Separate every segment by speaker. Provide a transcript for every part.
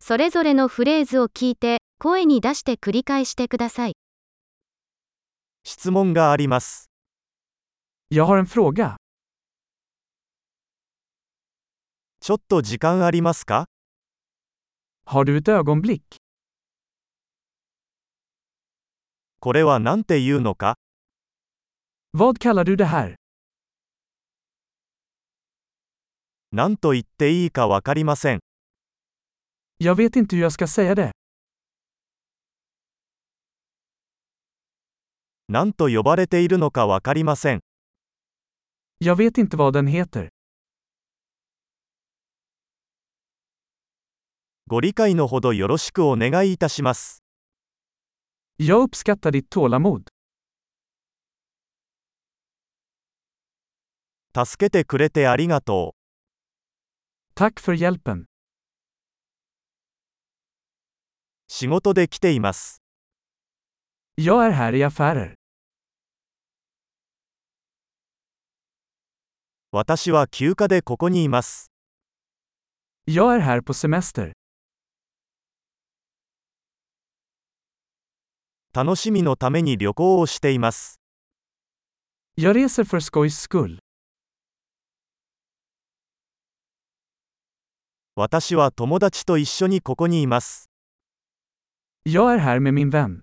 Speaker 1: それぞれのフレーズを聞いて、声に出して繰り返してください。
Speaker 2: 質問があります。
Speaker 3: Jag har en fråga.
Speaker 2: ちょっと時間ありますか
Speaker 3: Har du ett ögonblick?
Speaker 2: これは何て言うのか
Speaker 3: Vad kallar du det här?
Speaker 2: 何と言っていいかわかりません。
Speaker 3: Jag vet inte hur jag ska säga det.
Speaker 2: 何と呼ばれているのかわかりません。
Speaker 3: Jag vet inte vad den heter.
Speaker 2: ご理解のほどよろしくお願いいたします。
Speaker 3: Jag uppskattar ditt tålamod.
Speaker 2: 助けてくれてありがと
Speaker 3: Tack för hjälpen.
Speaker 2: う。仕事で来ています。
Speaker 3: Jag är här i affärer.
Speaker 2: 私は休暇でここにいます。
Speaker 3: Jag är här på semester.
Speaker 2: 楽しみのために旅行をしています。
Speaker 3: Jag reser för skojs skull.
Speaker 2: 私は友達と一緒にここにいます。
Speaker 3: Jag är här med min vän.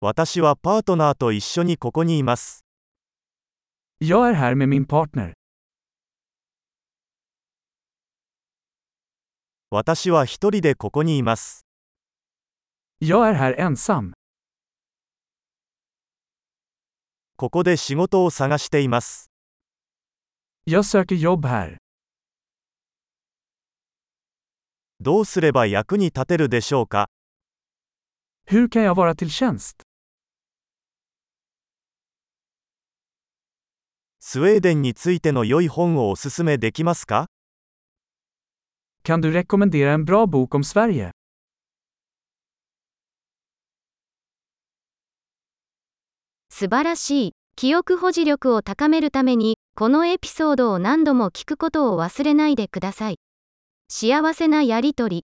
Speaker 2: 私はパートナーと一緒にここにいます。
Speaker 3: Jag är här med min partner.
Speaker 2: 私は一人でここにいます。
Speaker 3: Jag är här ensam.
Speaker 2: ここで仕事を探しています。
Speaker 3: Jag söker jobb här.
Speaker 2: どうすれば役に立てるでしょうか
Speaker 3: Hur kan jag vara till tjänst?
Speaker 2: スウェーデンについての良い本をおすすめできますか
Speaker 3: Kan du rekommendera en bra bok om Sverige?
Speaker 1: 素晴らしい。記憶保持力を高めるために、このエピソードを何度も聞くことを忘れないでください。幸せなやりとり。